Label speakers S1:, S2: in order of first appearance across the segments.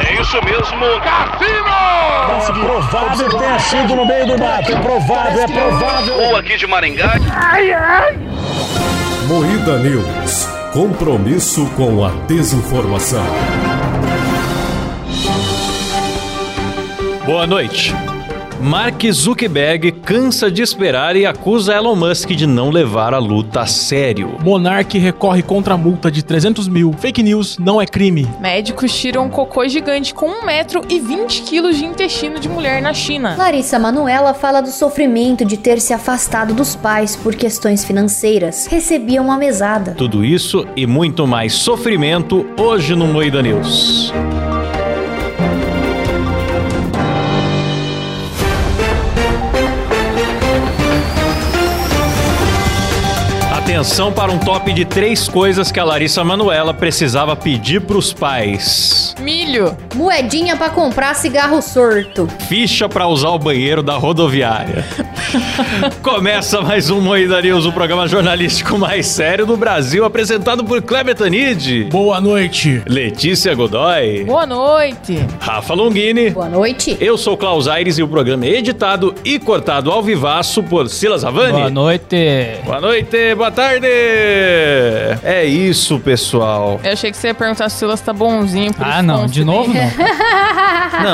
S1: É isso mesmo, Cassino!
S2: É provável que tenha sido no meio do mato. É provável, é provável.
S1: Ou aqui de Maringá.
S3: Moída News. Compromisso com a desinformação.
S4: Boa noite. Mark Zuckerberg cansa de esperar e acusa Elon Musk de não levar a luta a sério.
S5: Monark recorre contra a multa de 300 mil. Fake news não é crime.
S6: Médicos tiram um cocô gigante com 1 metro e 20 quilos de intestino de mulher na China.
S7: Larissa Manuela fala do sofrimento de ter se afastado dos pais por questões financeiras. Recebia uma mesada.
S4: Tudo isso e muito mais sofrimento hoje no Moída News. Atenção para um top de três coisas que a Larissa Manuela precisava pedir para os pais:
S6: Milho.
S7: Moedinha pra comprar cigarro sorto.
S4: ficha para usar o banheiro da rodoviária. Começa mais um Moída News, o programa jornalístico mais sério do Brasil, apresentado por Kleber Tanid,
S5: Boa noite.
S4: Letícia Godoy,
S6: Boa noite.
S4: Rafa Longini.
S7: Boa noite.
S4: Eu sou Klaus Aires e o programa é editado e cortado ao vivaço por Silas Havani.
S8: Boa noite.
S4: Boa noite, boa tarde! É isso, pessoal.
S6: Eu achei que você ia perguntar se o Silas tá bonzinho. por
S8: Ah,
S6: isso
S8: não,
S6: não
S8: de
S6: se
S8: novo
S6: bem.
S8: não.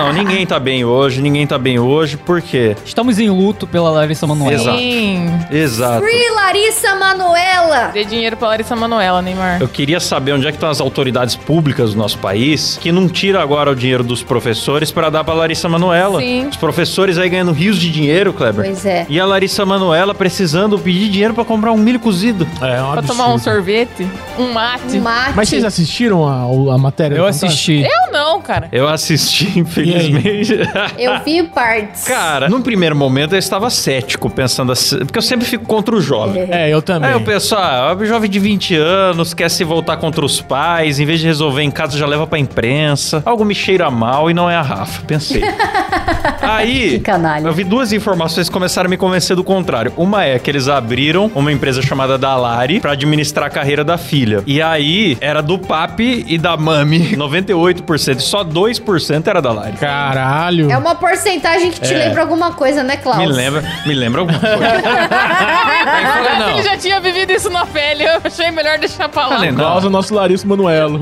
S4: Não, ninguém tá bem hoje, ninguém tá bem hoje, por quê?
S8: Estamos em luto pela Larissa
S6: é
S8: Manoela.
S4: Exato.
S6: Sim.
S4: Exato.
S7: Free Larissa Manuela.
S6: Dê dinheiro pra Larissa Manoela, Neymar.
S4: Eu queria saber onde é que estão as autoridades públicas do nosso país que não tira agora o dinheiro dos professores pra dar pra Larissa Manoela.
S6: Sim.
S4: Os professores aí ganhando rios de dinheiro, Kleber.
S7: Pois é.
S4: E a Larissa Manoela precisando pedir dinheiro pra comprar um milho cozido.
S5: É, um
S6: Pra
S5: absurdo.
S6: tomar um sorvete? Um mate?
S7: Um Mate.
S5: Mas vocês assistiram a, a matéria?
S8: Eu
S5: do Fantástico?
S8: assisti.
S6: Eu não, cara.
S4: Eu assisti, infelizmente.
S7: Eu vi partes.
S4: Ah. Cara, num primeiro momento eu estava cético, pensando assim, porque eu sempre fico contra o jovem.
S5: É, eu também.
S4: Aí eu penso, ah, é um jovem de 20 anos, quer se voltar contra os pais, em vez de resolver em casa, já leva pra imprensa. Algo me cheira mal e não é a Rafa, pensei. Aí,
S7: Que canalha.
S4: eu vi duas informações que começaram a me convencer do contrário. Uma é que eles abriram uma empresa chamada Dalari pra administrar a carreira da filha. E aí, era do papi e da mami, 98%. Só 2% era da Lari.
S5: Caralho.
S7: É uma porcentagem que te lembra alguma coisa, né, Klaus?
S4: É. Me lembra, me lembra alguma coisa. Aí eu falei, não.
S6: Ele já tinha vivido isso na pele. Eu achei melhor deixar pra lá.
S4: Falei, não.
S5: Klaus é o nosso Larissa Manoelo.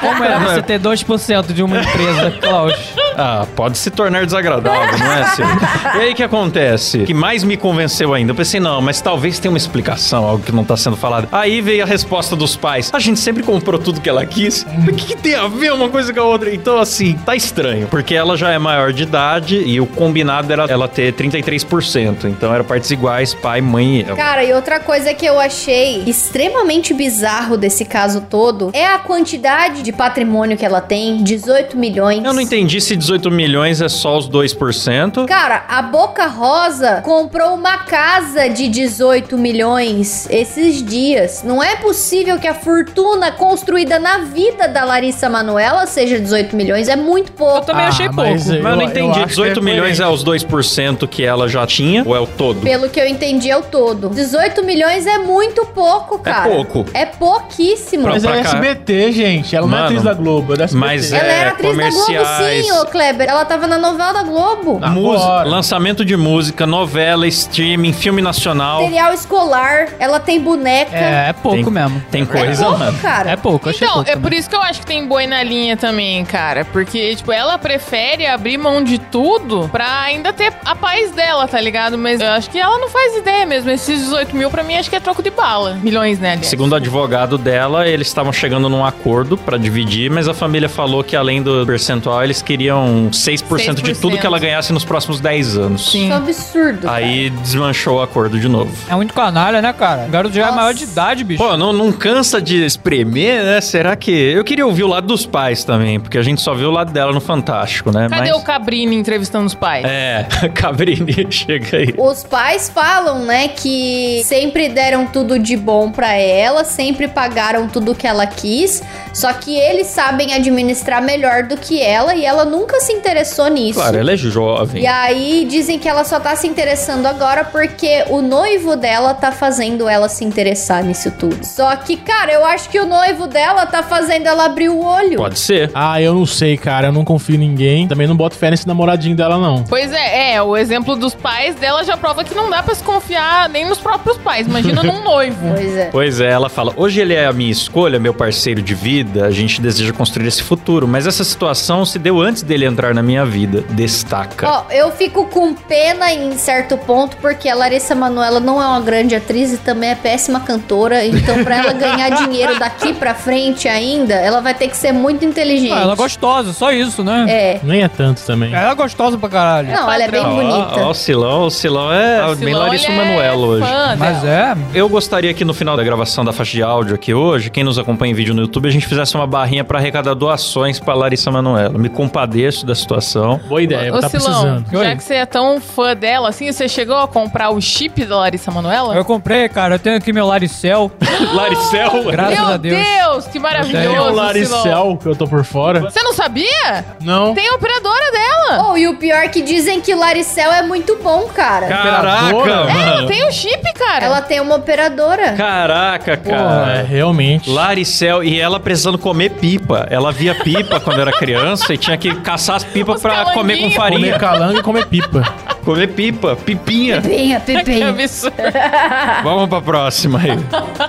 S8: Como é você ter 2% de uma empresa, Klaus?
S4: Ah, pode se tornar desagradável, não é, Silvio? E aí o que acontece? O que mais me convenceu ainda? Eu pensei, não, mas talvez tenha uma explicação, algo que não tá sendo falado. Aí veio a resposta dos pais. A gente sempre comprou tudo que ela quis. Mas O que, que tem a ver uma coisa com a outra? Então, assim, tá estranho. Porque ela já é maior de idade e o combinado era ela ter 33%. Então, era partes iguais, pai, mãe e eu.
S7: Cara, e outra coisa que eu achei extremamente bizarro desse caso todo é a quantidade de patrimônio que ela tem, 18 milhões.
S4: Eu não entendi se 18 milhões é só os 2%.
S7: Cara, a Boca Rosa comprou uma casa de 18 milhões esses dias. Não é possível que a fortuna construída na vida da Larissa Manuela seja 18 milhões, é muito
S8: Eu
S7: pouco.
S8: também
S5: Ah,
S8: achei pouco.
S5: mas eu-
S4: Mas eu não entendi.
S5: acho que é
S4: 18 milhões é
S5: coerente.
S4: os 2% que ela já tinha ou é o todo?
S7: Pelo que eu entendi, é o todo. 18 milhões é muito pouco, cara.
S4: pouco.
S7: É pouquíssimo.
S4: Pra-
S5: Mas
S4: pra
S5: é
S4: cá.
S5: SBT, gente. Ela não é
S4: Mano,
S5: atriz da Globo, é da SBT.
S4: mas
S7: Ela
S4: é,
S7: era atriz da Globo,
S4: comerciais.
S7: sim, ô Kleber. Ela tava na novela da Globo.
S5: Ah,
S4: Música-
S5: Agora.
S4: lançamento de música, novela, streaming, filme nacional.
S7: Material escolar, ela tem boneca.
S8: É, é pouco
S4: Tem-
S8: mesmo.
S4: Tem
S7: É
S4: coisa,
S7: pouco,
S4: mano.
S7: cara.
S8: É pouco, eu achei
S6: Então,
S8: pouco.
S6: é
S8: também.
S6: por isso que eu acho que tem boi na linha também, cara. Porque, tipo, ela prefere abrir mão de tudo pra ainda ter a paz dela, tá ligado? Mas eu acho que ela não faz ideia mesmo. Esses 18 mil, pra mim, acho que é troco de bala. Milhões, né, aliás.
S4: Segundo o advogado dela, eles estavam chegando num acordo pra dividir, mas a família falou que além do percentual, eles queriam 6%, de tudo
S6: 6%.
S4: que ela ganhasse nos próximos 10 anos.
S6: Sim.
S7: Isso é um absurdo.
S4: Aí desmanchou o acordo de novo.
S8: É muito canalha, né, cara? O garoto já é
S7: Nossa.
S8: maior de idade, bicho.
S4: Pô, não, não cansa de espremer, né? Será que. Eu queria ouvir o lado dos pais também, porque a gente só viu o lado dela no Fantástico, né?
S6: Cadê
S4: Mas-
S6: o Cabrini entrevistando os pais?
S4: É, Cabrini, chega aí.
S7: Os pais falam, né, que sempre deram tudo de bom pra ela, sempre pagaram tudo que ela quis, só que eles sabem administrar melhor do que ela e ela nunca nunca se interessou nisso.
S4: Claro, ela é jovem.
S7: E aí dizem que ela só tá se interessando agora porque o noivo dela tá fazendo ela se interessar nisso tudo. Só que, cara, eu acho que o noivo dela tá fazendo ela abrir o olho.
S4: Pode ser.
S5: Ah, eu não sei, cara. Eu não confio em ninguém. Também não boto fé nesse namoradinho dela, não.
S6: Pois é, é, o exemplo dos pais dela já prova que não dá pra se confiar nem nos próprios pais. Imagina num noivo.
S7: Pois é.
S4: Pois é, ela fala: hoje ele é a minha escolha, meu parceiro de vida, a gente deseja construir esse futuro, mas essa situação se deu antes dele entrar na minha vida. Destaca.
S7: Ó, eu fico com pena em certo ponto, porque a Larissa Manoela não é uma grande atriz e também é péssima cantora. Então, pra ela ganhar dinheiro daqui pra frente ainda, ela vai ter que ser muito inteligente.
S8: Ah, ela é gostosa, só isso, né?
S7: É.
S5: Nem é tanto também.
S8: Ela é gostosa pra caralho.
S7: Não, ela é bem
S4: Ó,
S7: bonita.
S4: Ó, o Silão, o Silão é bem
S6: Silão,
S4: Larissa
S6: ele é
S4: Manoela hoje.
S6: fã
S8: Mas
S6: dela.
S8: é.
S4: Eu gostaria que no final da gravação da faixa de áudio aqui hoje, quem nos acompanha em vídeo no YouTube, a gente fizesse uma barrinha pra arrecadar doações pra Larissa Manoela. Me compadeço da situação.
S5: Boa ideia,
S6: Ô,
S5: tá
S6: Silão,
S5: precisando.
S6: já
S8: Oi.
S6: que você é tão fã dela, assim, você chegou a comprar o chip da Larissa Manoela?
S8: Eu comprei, cara. Eu tenho aqui meu Laricel.
S4: Laricel?
S8: Graças
S6: Meu
S8: a Deus.
S6: que
S5: Tem
S4: um
S6: maravilhoso,
S5: o
S6: Silão.
S5: Laricel, que eu tô por fora.
S6: Você não sabia?
S5: Não.
S6: Tem a operadora dela.
S7: Oh, e o pior é que dizem que Laricel é muito bom, cara.
S4: Caraca,
S5: Operadora?
S4: mano.
S6: É, Tem o chip, cara.
S7: Ela tem uma operadora.
S4: Caraca,
S5: Porra, é,
S4: cara.
S5: realmente.
S4: Laricel, e ela precisando comer pipa. Ela via pipa quando era criança e tinha que caçar as pipas
S6: Os
S4: pra comer com
S5: Comer
S6: calanguinhos.
S4: farinha.
S5: calanga e comer pipa.
S4: Comer pipa, pipinha.
S7: Penha,
S6: Que
S7: Pepe.
S6: absurdo. Tá.
S4: Vamos pra próxima aí.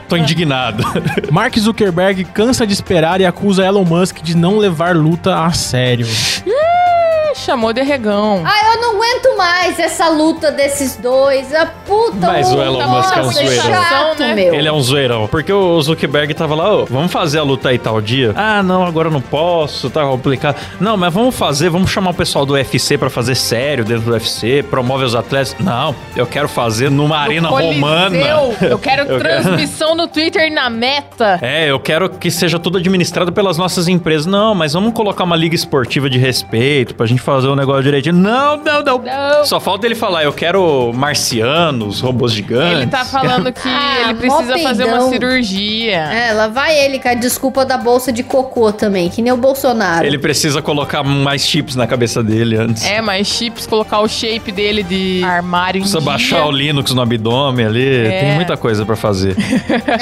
S4: Tô indignado.
S5: Mark Zuckerberg cansa de esperar e acusa Elon Musk de não levar luta a sério.
S6: É, Chamou de regão.
S7: Ah, eu não aguento mais essa luta desses dois. A puta
S4: Mas o
S7: luta.
S4: Elon Musk é um
S7: Nossa,
S4: zoeirão.
S7: chato,
S6: Né?
S7: meu.
S4: Ele é um zoeirão. Porque o Zuckerberg tava lá, ô, vamos fazer a luta aí tal dia? Ah, não, agora eu não posso, tá complicado. Não, mas vamos fazer, vamos chamar o pessoal do UFC pra fazer sério dentro do UFC, promove os atletas. Não, eu quero fazer numa arena
S6: Coliseu.
S4: romana.
S6: Eu quero
S4: Eu quero-
S6: transmissão no Twitter na meta.
S4: É, eu quero que seja tudo administrado pelas nossas empresas. Não, mas vamos colocar uma liga esportiva de respeito pra gente fazer o negócio direitinho. Não, não, não.
S6: Não.
S4: Só falta ele falar, eu quero marcianos, robôs gigantes.
S6: Ele tá falando que
S7: Ah,
S6: ele
S7: mó
S6: precisa fazer uma
S7: peidão.
S6: cirurgia.
S7: É, lá vai ele com a desculpa da bolsa de cocô também, que nem o Bolsonaro.
S4: Ele precisa colocar mais chips na cabeça dele antes.
S6: É, mas chips, colocar o shape dele de armário em
S4: Precisa
S6: dia.
S4: baixar o Linux no abdômen ali.
S6: É.
S4: Tem muita coisa pra fazer.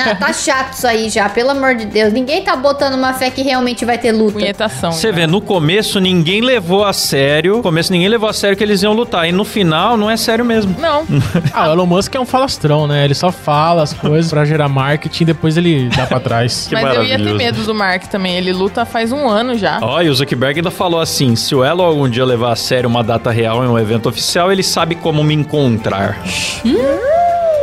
S7: Ah, tá chato isso aí já, pelo amor de Deus. Ninguém tá botando uma fé que realmente vai ter luta.
S6: Punhetação.
S4: Você
S6: né?
S4: vê, no começo ninguém levou a sério. No começo ninguém levou a sério que eles iam lutar. E no final não é sério mesmo.
S6: Não.
S5: Ah, o Elon Musk é um falastrão, né? Ele só fala as coisas pra gerar marketing e depois ele dá pra trás.
S4: Que
S6: mas eu ia ter
S4: maravilhoso.
S6: medo do Mark também. Ele luta faz um ano já.
S4: Ó, e o Zuckerberg ainda falou assim: se o Elon algum dia levar a sério uma data real em um evento oficial, ele sabe como me encontrar.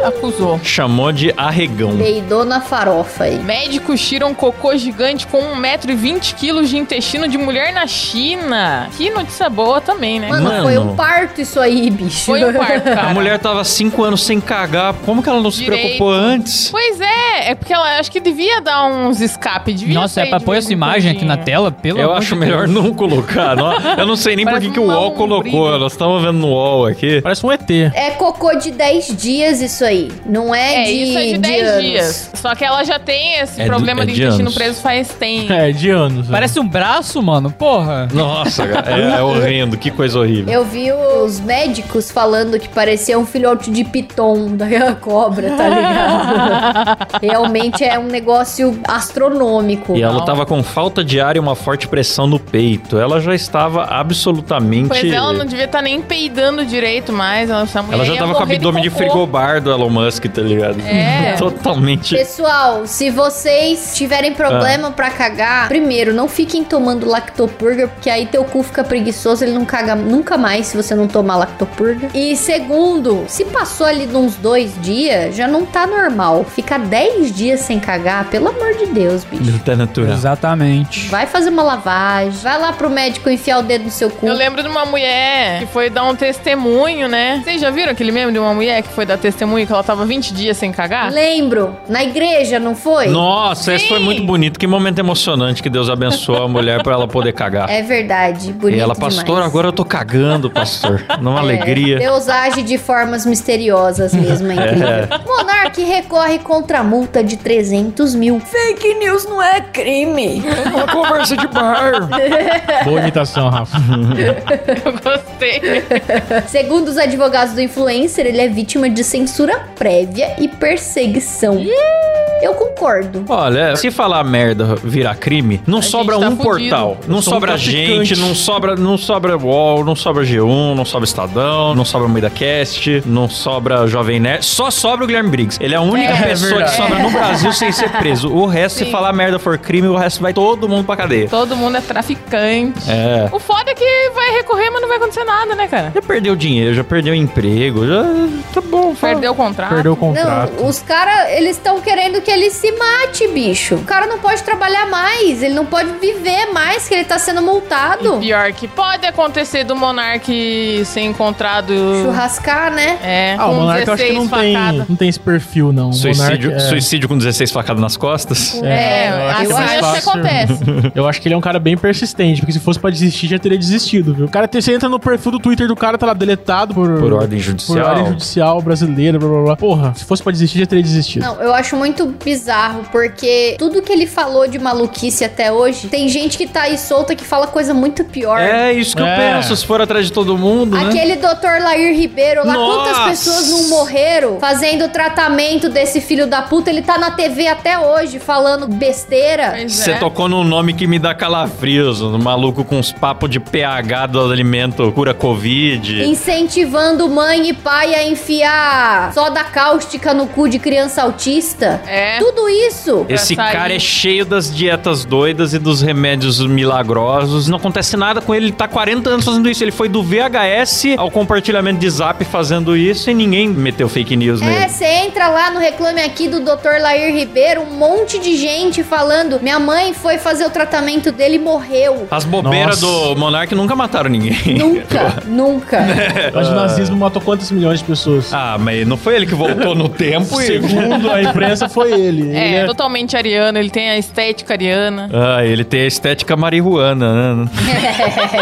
S6: Acusou.
S4: Chamou de arregão.
S7: Peidou na farofa aí.
S6: Médicos tiram cocô gigante com 1,20m de intestino de mulher na China. Que notícia boa também, né?
S7: Mano,
S4: Mano.
S7: foi um parto isso aí, bicho.
S6: Foi um parto, cara.
S4: A mulher tava cinco anos sem cagar. Como que ela não se
S6: Direito.
S4: preocupou antes?
S6: Pois é, é porque ela acho que devia dar uns escape, devia
S8: Nossa,
S6: sair
S8: é pra
S6: de
S8: pôr
S6: vez
S8: essa
S6: em
S8: imagem aqui
S6: quando.
S8: na tela? Pelo
S4: Eu
S8: amor
S4: acho
S8: de
S4: melhor
S8: Deus.
S4: não colocar. não- Eu não sei nem por
S6: Parece um
S4: que que o
S6: uma
S4: UOL colocou.
S6: lombriga.
S4: Nós estamos vendo no UOL aqui.
S5: Parece um ET. Ele
S7: É cocô de 10 dias isso aí. Não é,
S6: É,
S7: de,
S6: isso é de 10
S7: anos.
S6: dias. Só que ela já tem esse
S4: É de-
S6: problema
S4: é
S6: de,
S4: de
S6: intestino
S4: anos.
S6: preso faz tempo.
S5: É, de anos. né?
S8: Parece um braço, mano. Porra.
S4: Nossa, cara, é, é horrendo. Que coisa horrível.
S7: Eu vi os médicos falando que parecia um filhote de piton daquela cobra, tá ligado? Realmente é um negócio astronômico.
S4: E é ela tava com falta de ar e uma forte pressão no peito. Ela já estava absolutamente.
S6: Pois é, ela não devia estar nem peidando direito mais. Ela, essa mulher
S4: Ela já
S6: ia
S4: tava com o
S6: É, morrer
S4: abdômen de
S6: cocô.
S4: frigobar do Elon Musk, tá ligado?
S6: É.
S4: Totalmente.
S7: Pessoal, se vocês tiverem problema
S4: Ah.
S7: pra cagar, primeiro, não fiquem tomando lactopurga, porque aí teu cu fica preguiçoso, ele não caga nunca mais se você não tomar lactopurga. E segundo, se passou ali de uns dois dias, já não tá normal. Ficar 10 dias sem cagar, pelo amor de Deus, bicho.
S4: Não tá natural.
S8: Exatamente.
S7: Vai fazer uma lavagem, vai lá pro médico enfiar o dedo no seu cu.
S6: Eu lembro de uma mulher que foi dar um testemunho, né? Vocês já viram aquele meme de uma mulher que foi dar testemunho que que ela tava 20 dias sem cagar?
S7: Lembro, na igreja, não foi?
S4: Nossa, esse
S6: Sim.
S4: foi muito bonito. Que momento emocionante que Deus abençoou a mulher pra ela poder cagar.
S7: É verdade, bonito
S4: e ela,
S7: demais.
S4: pastor, agora eu tô cagando, pastor. Numa
S7: É,
S4: alegria.
S7: Deus age de formas misteriosas mesmo, é incrível. Monark recorre contra a multa de 300 mil. Fake news não é crime.
S4: Uma conversa de bar.
S5: Boa imitação, Rafa.
S6: Eu gostei.
S7: Segundo os advogados do influencer, ele é vítima de censura prévia e perseguição. Eu concordo.
S4: Olha, se falar merda virar crime, não sobra
S6: gente tá
S4: um
S6: fudido.
S4: portal. Não
S5: sou um
S4: sobra
S5: traficante.
S4: gente, não sobra, não sobra UOL, não sobra G1, não sobra Estadão, não sobra MedaCast, não sobra Jovem Nerd. Só sobra o Guilherme Briggs. Ele é a única
S6: É, é
S4: pessoa que
S6: verdade.
S4: sobra no Brasil sem ser preso. O resto, se
S6: Sim.
S4: falar merda for crime, o resto vai todo mundo pra cadeia.
S6: Todo mundo é traficante.
S4: É.
S6: O foda é que vai recorrer, mas não vai acontecer nada, né, cara?
S4: Já perdeu dinheiro, já perdeu emprego, já. Tá bom, fala.
S6: Perdeu o contrato.
S5: Perdeu o contrato.
S7: Não, os caras, eles estão querendo que ele se mate, bicho. O cara não pode trabalhar mais, ele não pode viver mais, que ele tá sendo multado.
S6: Pior que pode acontecer do Monark ser encontrado.
S7: Churrascar, né?
S6: É,
S5: Ah, o
S6: com
S5: Monark eu acho que
S6: 16
S5: não tem,
S6: facadas.
S5: não tem esse perfil, não. O
S4: Suicídio,
S5: Monark, é,
S4: suicídio com 16 facadas nas costas?
S6: É,
S5: eu acho
S6: assim
S5: mais
S6: acho que
S5: fácil.
S6: acontece.
S5: Eu acho que ele é um cara bem persistente, porque se fosse pra desistir, já teria desistido, viu? O cara, tem- você entra no perfil do Twitter do cara, tá lá deletado por...
S4: Por ordem
S5: por
S4: judicial.
S5: ordem judicial brasileira, blá blá blá. Porra, se fosse pra desistir, já teria desistido.
S7: Não, eu acho muito bizarro, porque tudo que ele falou de maluquice até hoje, tem gente que tá aí solta que fala coisa muito pior.
S4: É isso que
S5: É.
S4: eu penso, se for atrás de todo mundo, né?
S7: Aquele doutor Lair Ribeiro lá,
S4: Nossa!
S7: quantas pessoas não morreram fazendo o tratamento desse filho da puta? Ele tá na TV até hoje falando besteira.
S6: Pois
S4: Você
S6: é.
S4: tocou num nome que me dá calafrios, um maluco com uns papos de pH do alimento cura Covid.
S7: Incentivando mãe e pai a enfiar soda cáustica no cu de criança autista.
S6: É.
S7: Tudo isso.
S4: Esse
S6: sair.
S4: cara é cheio das dietas doidas e dos remédios milagrosos. Não acontece nada com ele. Ele tá 40 anos fazendo isso. Ele foi do VHS ao compartilhamento de zap fazendo isso e ninguém meteu fake news
S7: É,
S4: nele.
S7: você entra lá no Reclame Aqui do Dr. Lair Ribeiro, um monte de gente falando: minha mãe foi fazer o tratamento dele e morreu.
S4: As bobeiras
S5: Nossa.
S4: do Monark nunca mataram ninguém.
S7: Nunca, nunca.
S5: Mas o nazismo matou quantas milhões de pessoas?
S4: Ah, mas não foi ele que voltou no tempo e...
S5: Segundo a imprensa, foi ele. Ele
S6: É, totalmente ariano, ele tem a estética ariana.
S4: Ah, ele tem a estética marihuana, né?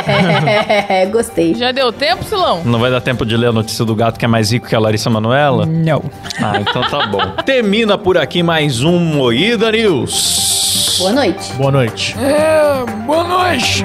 S7: Gostei.
S6: Já deu tempo, Silão?
S4: Não vai dar tempo de ler a notícia do gato que é mais rico que a Larissa Manoela?
S8: Não.
S4: Ah, então tá bom. Termina por aqui mais um Moída News.
S7: Boa noite.
S5: Boa noite.
S4: Boa noite.